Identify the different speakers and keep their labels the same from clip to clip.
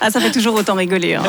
Speaker 1: ah, ça fait toujours autant rigoler. Hein.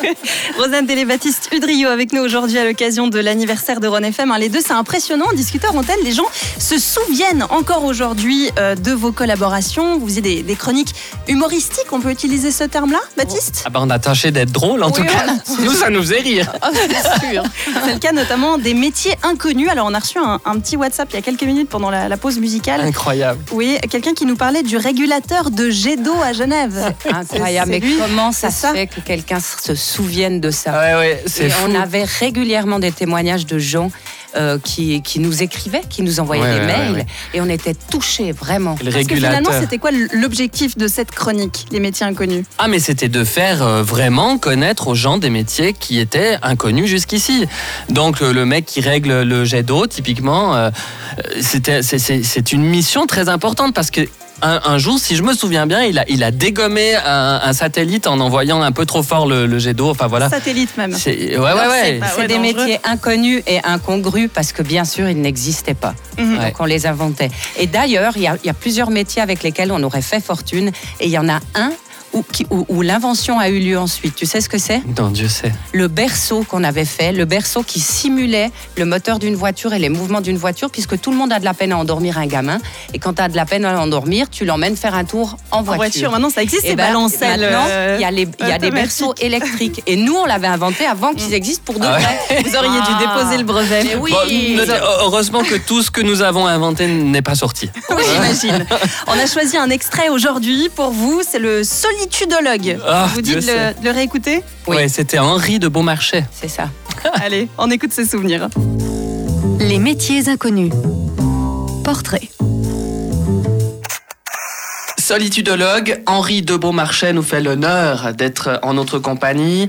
Speaker 1: Rosane Délé-Baptiste Udrio avec nous aujourd'hui à l'occasion de l'anniversaire de Ron FM. Les deux, c'est impressionnant. En discuteur antenne, les gens se souviennent encore aujourd'hui euh, de vos collaborations. Vous faisiez des, des chroniques humoristiques. On peut utiliser ce terme-là, Baptiste
Speaker 2: Ah bah on a tâché d'être drôle en
Speaker 1: Oui,
Speaker 2: tout cas.
Speaker 1: voilà.
Speaker 2: Nous ça nous faisait rire.
Speaker 1: Oh, c'est sûr. C'est le cas notamment des métiers inconnus. Alors, on a reçu un, un petit WhatsApp il y a quelques minutes pendant la, la pause musicale.
Speaker 2: Incroyable.
Speaker 1: Ah Oui, quelqu'un qui nous parlait du régulateur de jet d'eau à Genève.
Speaker 3: Incroyable,
Speaker 1: C'est-
Speaker 3: mais
Speaker 1: c'est lui.
Speaker 3: comment ça,
Speaker 1: c'est ça
Speaker 3: se fait que quelqu'un se souvienne de ça
Speaker 2: Ah Ouais ouais, c'est
Speaker 3: Et
Speaker 2: fou.
Speaker 3: on avait régulièrement des témoignages de gens euh, qui, qui nous écrivaient, qui nous envoyaient
Speaker 2: Ouais,
Speaker 3: des
Speaker 2: ouais,
Speaker 3: mails,
Speaker 2: ouais, ouais.
Speaker 3: et on était touchés vraiment.
Speaker 2: Le
Speaker 1: Parce que finalement,
Speaker 2: régulateur.
Speaker 1: c'était quoi l'objectif de cette chronique, les métiers inconnus
Speaker 2: Ah mais c'était de faire euh, vraiment connaître aux gens des métiers qui étaient inconnus jusqu'ici. Donc euh, le mec qui règle le jet d'eau, typiquement, euh, euh, c'était- c'est- c'est c'est une mission très importante parce que... Un, un jour, si je me souviens bien, il a, il a dégommé un, un satellite en envoyant un peu trop fort le, le jet d'eau. Enfin voilà.
Speaker 1: Satellite même.
Speaker 2: C'est- Ouais, ouais,
Speaker 3: Alors,
Speaker 2: ouais.
Speaker 3: c'est-
Speaker 1: Ah
Speaker 3: C'est
Speaker 1: ouais,
Speaker 3: des
Speaker 1: dangereux.
Speaker 3: métiers inconnus et incongrus parce que bien sûr, ils n'existaient pas.
Speaker 1: Mhm.
Speaker 2: Ouais.
Speaker 3: Donc on les inventait. Et d'ailleurs, il y, a- il y a plusieurs métiers avec lesquels on aurait fait fortune et il y en a un où, qui- où- où l'invention a eu lieu ensuite. Tu sais ce que c'est
Speaker 2: Non, Dieu sait.
Speaker 3: Le berceau qu'on avait fait, le berceau qui simulait le moteur d'une voiture et les mouvements d'une voiture puisque tout le monde a de la peine à endormir un gamin et quand tu as de la peine à l'endormir, tu l'emmènes faire un tour en
Speaker 1: En
Speaker 3: voiture.
Speaker 1: voiture, maintenant ça existe,
Speaker 3: Et
Speaker 1: ces
Speaker 3: ben,
Speaker 1: balancelles.
Speaker 3: maintenant,
Speaker 1: euh,
Speaker 3: il y a, les- il y a des
Speaker 1: automatique. Mm.
Speaker 3: berceaux électriques. Et nous, on l'avait inventé avant qu'ils existent pour de
Speaker 2: Ah ouais.
Speaker 3: vrai.
Speaker 1: Vous auriez dû
Speaker 3: Ah.
Speaker 1: déposer le brevet.
Speaker 3: Mais oui.
Speaker 2: Bon, notez- heureusement que tout ce que nous avons inventé n'est pas sorti.
Speaker 1: Oui, j'imagine. On a choisi un extrait aujourd'hui pour vous, c'est le solitudologue.
Speaker 2: Ah,
Speaker 1: vous dites
Speaker 2: Dieu
Speaker 1: de le, de le réécouter
Speaker 3: Oui.
Speaker 2: Ouais, c'était Henri de Beaumarchais.
Speaker 3: C'est ça.
Speaker 1: Allez, on écoute ses souvenirs.
Speaker 4: Les métiers inconnus. Portrait.
Speaker 2: Solitudologue, Henri de Beaumarchais nous fait l'honneur d'être en notre compagnie.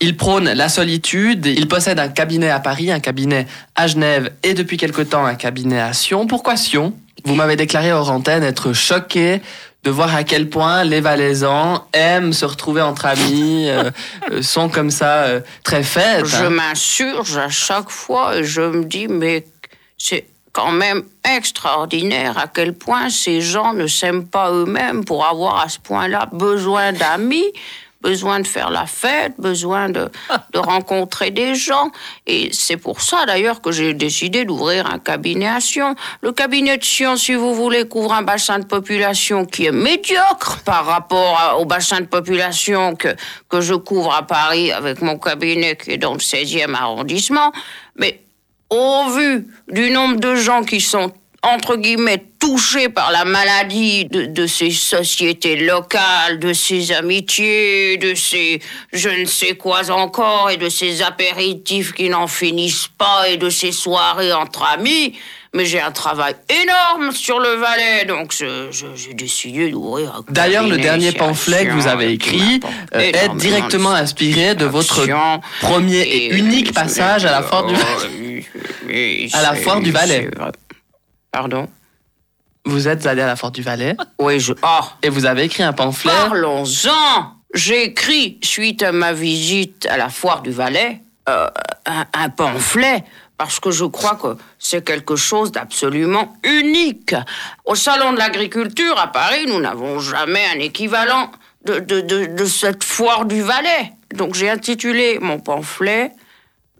Speaker 2: Il prône la solitude, il possède un cabinet à Paris, un cabinet à Genève et depuis quelque temps un cabinet à Sion. Pourquoi Sion Vous m'avez déclaré hors antenne être choqué de voir à quel point les Valaisans aiment se retrouver entre amis, euh, euh, sont comme ça euh, très fêtes.
Speaker 5: Je m'insurge à chaque fois et je me dis, mais c'est quand même extraordinaire à quel point ces gens ne s'aiment pas eux-mêmes pour avoir à ce point-là besoin d'amis, besoin de faire la fête, besoin de, de rencontrer des gens. Et c'est pour ça d'ailleurs que j'ai décidé d'ouvrir un cabinet à Sion. Le cabinet de Sion, si vous voulez, couvre un bassin de population qui est médiocre par rapport à- au bassin de population que, que je couvre à Paris avec mon cabinet qui est dans le 16e arrondissement. Mais au vu du nombre de gens qui sont entre guillemets touchés par la maladie de, de ces sociétés locales, de ces amitiés, de ces je ne sais quoi encore, et de ces apéritifs qui n'en finissent pas, et de ces soirées entre amis. Mais j'ai un travail énorme sur le Valais, donc je- je- j'ai décidé d'ouvrir un
Speaker 6: D'ailleurs, le
Speaker 5: cabinet
Speaker 6: dernier
Speaker 5: chez
Speaker 6: pamphlet que
Speaker 5: Action
Speaker 6: vous avez
Speaker 5: qui
Speaker 6: écrit
Speaker 5: m'apporte
Speaker 6: euh, est
Speaker 5: énormément de
Speaker 6: directement inspiré de votre
Speaker 5: satisfaction.
Speaker 6: premier et
Speaker 5: Et,
Speaker 6: unique
Speaker 5: euh,
Speaker 6: passage à la foire du
Speaker 5: euh, oui,
Speaker 6: À la
Speaker 5: c'est-
Speaker 6: foire du Valais.
Speaker 5: c'est vrai. Pardon
Speaker 6: Vous êtes allé à la Forte du Valais
Speaker 5: Oui, je. Ah
Speaker 6: et vous avez écrit un pamphlet.
Speaker 5: Parlons-en J'ai écrit, suite à ma visite à la foire du Valais, euh, un, un pamphlet, parce que je crois que c'est quelque chose d'absolument unique. Au Salon de l'Agriculture à Paris, nous n'avons jamais un équivalent de, de- de- de cette foire du Valais. Donc j'ai intitulé mon pamphlet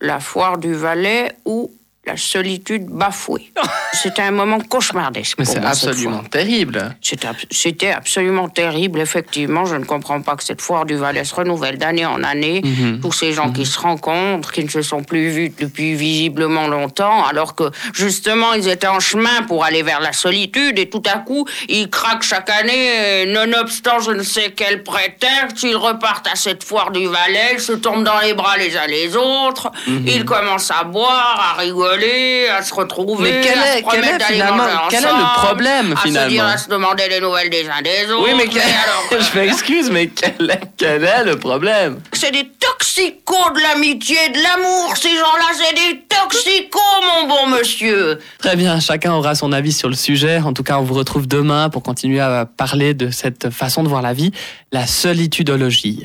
Speaker 5: La foire du Valais ou la solitude bafouée. C'était un moment cauchemardesque.
Speaker 6: Mais
Speaker 5: pour
Speaker 6: c'est
Speaker 5: moi, cette
Speaker 6: absolument terrible.
Speaker 5: c'est ab- C'était absolument terrible, effectivement. Je ne comprends pas que cette foire du Valais se renouvelle d'année en année.
Speaker 6: Mhm.
Speaker 5: Tous ces gens qui se rencontrent, qui ne se sont plus vus depuis visiblement longtemps, alors que justement ils étaient en chemin pour aller vers la solitude et tout à coup ils craquent chaque année, et nonobstant je ne sais quel prétexte, ils repartent à cette foire du Valais, ils se tombent dans les bras les uns les autres,
Speaker 6: Mhm.
Speaker 5: ils commencent à boire, à rigoler, à se retrouver.
Speaker 6: Mais quel
Speaker 5: à se
Speaker 6: est- quel
Speaker 5: promettre
Speaker 6: est
Speaker 5: d'aller
Speaker 6: finalement-
Speaker 5: manger
Speaker 6: quel est le
Speaker 5: ensemble,
Speaker 6: problème,
Speaker 5: à se dire,
Speaker 6: finalement
Speaker 5: à se demander les nouvelles des uns des autres.
Speaker 6: Oui, mais quel...
Speaker 5: Oh, alors, euh,
Speaker 6: je m'excuse, mais quel est, quel est le problème
Speaker 5: c'est des toxicos de l'amitié, de l'amour, ces gens-là, c'est des toxicos, mon bon monsieur.
Speaker 2: Très bien, chacun aura son avis sur le sujet. En tout cas, on vous retrouve demain pour continuer à parler de cette façon de voir la vie, la solitudologie.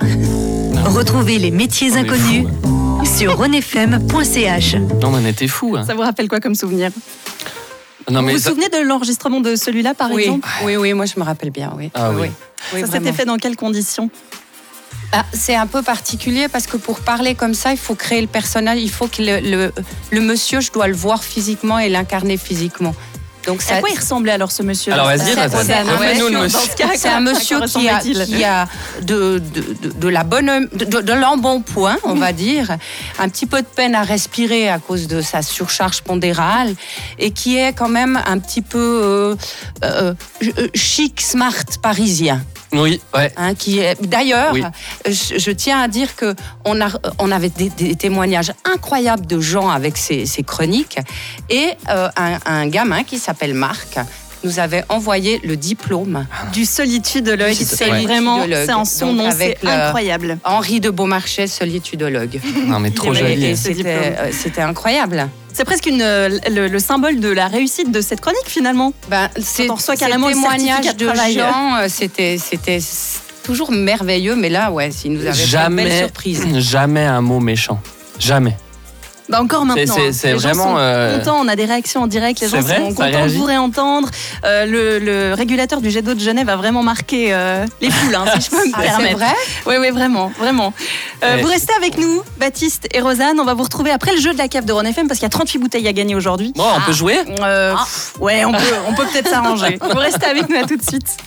Speaker 4: Retrouvez les métiers
Speaker 2: est
Speaker 4: inconnus sur renefm.ch.
Speaker 2: Non, mais on était fous. hein.
Speaker 1: Ça vous rappelle quoi comme souvenir
Speaker 2: Non,
Speaker 1: Vous
Speaker 2: mais
Speaker 1: vous
Speaker 2: ça-
Speaker 1: souvenez de l'enregistrement de celui-là, par
Speaker 3: oui.
Speaker 1: exemple
Speaker 3: oui, oui, moi je me rappelle bien, oui.
Speaker 2: Ah oui.
Speaker 3: Oui,
Speaker 1: ça s'était
Speaker 3: vraiment.
Speaker 1: fait dans quelles conditions
Speaker 3: Bah, c'est un peu particulier parce que pour parler comme ça, il faut créer le personnage, il faut que le, le- le monsieur, je dois le voir physiquement et l'incarner physiquement. Donc ça,
Speaker 1: À quoi il ressemblait alors ce monsieur Euh, hein,
Speaker 6: Alors, vas-y,
Speaker 3: C'est-
Speaker 6: Razan.
Speaker 3: c'est un
Speaker 1: Ah
Speaker 6: Refais-nous le
Speaker 3: monsieur.
Speaker 6: monsieur.
Speaker 1: ce cas,
Speaker 3: C'est un
Speaker 1: à quoi
Speaker 3: monsieur qui a,
Speaker 1: ressemblait-il
Speaker 3: qui a de, de- de- de la bonne, de, de- de l'embonpoint, on va dire, un petit peu de peine à respirer à cause de sa surcharge pondérale, et qui est quand même un petit peu euh, euh, euh, chic, smart parisien.
Speaker 6: Oui, ouais.
Speaker 3: hein, qui est d'ailleurs,
Speaker 6: Oui.
Speaker 3: je, je tiens à dire que on a, on avait des, des témoignages incroyables de gens avec ces, ces chroniques et euh, un, un gamin qui s'appelle Marc nous avait envoyé le diplôme
Speaker 1: Du solitude de l'œil.
Speaker 6: Solitude
Speaker 1: C'est
Speaker 6: de l'œil.
Speaker 1: vraiment,
Speaker 3: Solitude de l'œil.
Speaker 1: c'est en son
Speaker 3: Donc,
Speaker 1: nom, c'est
Speaker 3: avec le-
Speaker 1: incroyable.
Speaker 3: Henri de Beaumarchais, solitudologue.
Speaker 6: Non, mais trop
Speaker 1: Il est
Speaker 6: joli. hein.
Speaker 1: magnifique.
Speaker 3: Et
Speaker 1: ce
Speaker 3: c'était
Speaker 1: diplôme.
Speaker 3: euh, c'était incroyable.
Speaker 1: C'est presque une, euh, le, le symbole de la réussite de cette chronique finalement.
Speaker 3: Ben, c'est-
Speaker 1: Quand on reçoit
Speaker 3: ces
Speaker 1: carrément le certificat
Speaker 3: témoignages
Speaker 1: de
Speaker 3: de
Speaker 1: travail.
Speaker 3: gens, euh, c'était c'était s- toujours merveilleux, mais là, ouais, il nous avait fait une belle
Speaker 6: Jamais,
Speaker 3: surprise.
Speaker 6: jamais un mot méchant. Jamais.
Speaker 1: Bah encore
Speaker 6: C'est-
Speaker 1: maintenant. hein.
Speaker 6: C'est c'est
Speaker 1: Les gens
Speaker 6: vraiment.
Speaker 1: sont
Speaker 6: euh,
Speaker 1: contents, on a des réactions en direct, les
Speaker 6: C'est
Speaker 1: gens
Speaker 6: vrai,
Speaker 1: sont
Speaker 6: ça
Speaker 1: contents de
Speaker 6: réagit
Speaker 1: vous réentendre. Euh, le, le régulateur du jet d'eau de Genève a vraiment marqué euh, les foules, hein, si je peux me
Speaker 3: Ah, c'est
Speaker 1: permettre.
Speaker 3: vrai
Speaker 1: Oui, oui, vraiment, vraiment. Euh,
Speaker 6: Ouais.
Speaker 1: Vous restez avec nous, Baptiste et Rosanne. On va vous retrouver après le jeu de la cave de Ron FM parce qu'il y a 38 bouteilles à gagner aujourd'hui.
Speaker 6: Ah. Bon, on peut jouer
Speaker 1: Euh, pff, ouais, on peut on peut peut-être s'arranger. Vous restez avec nous, à tout de suite.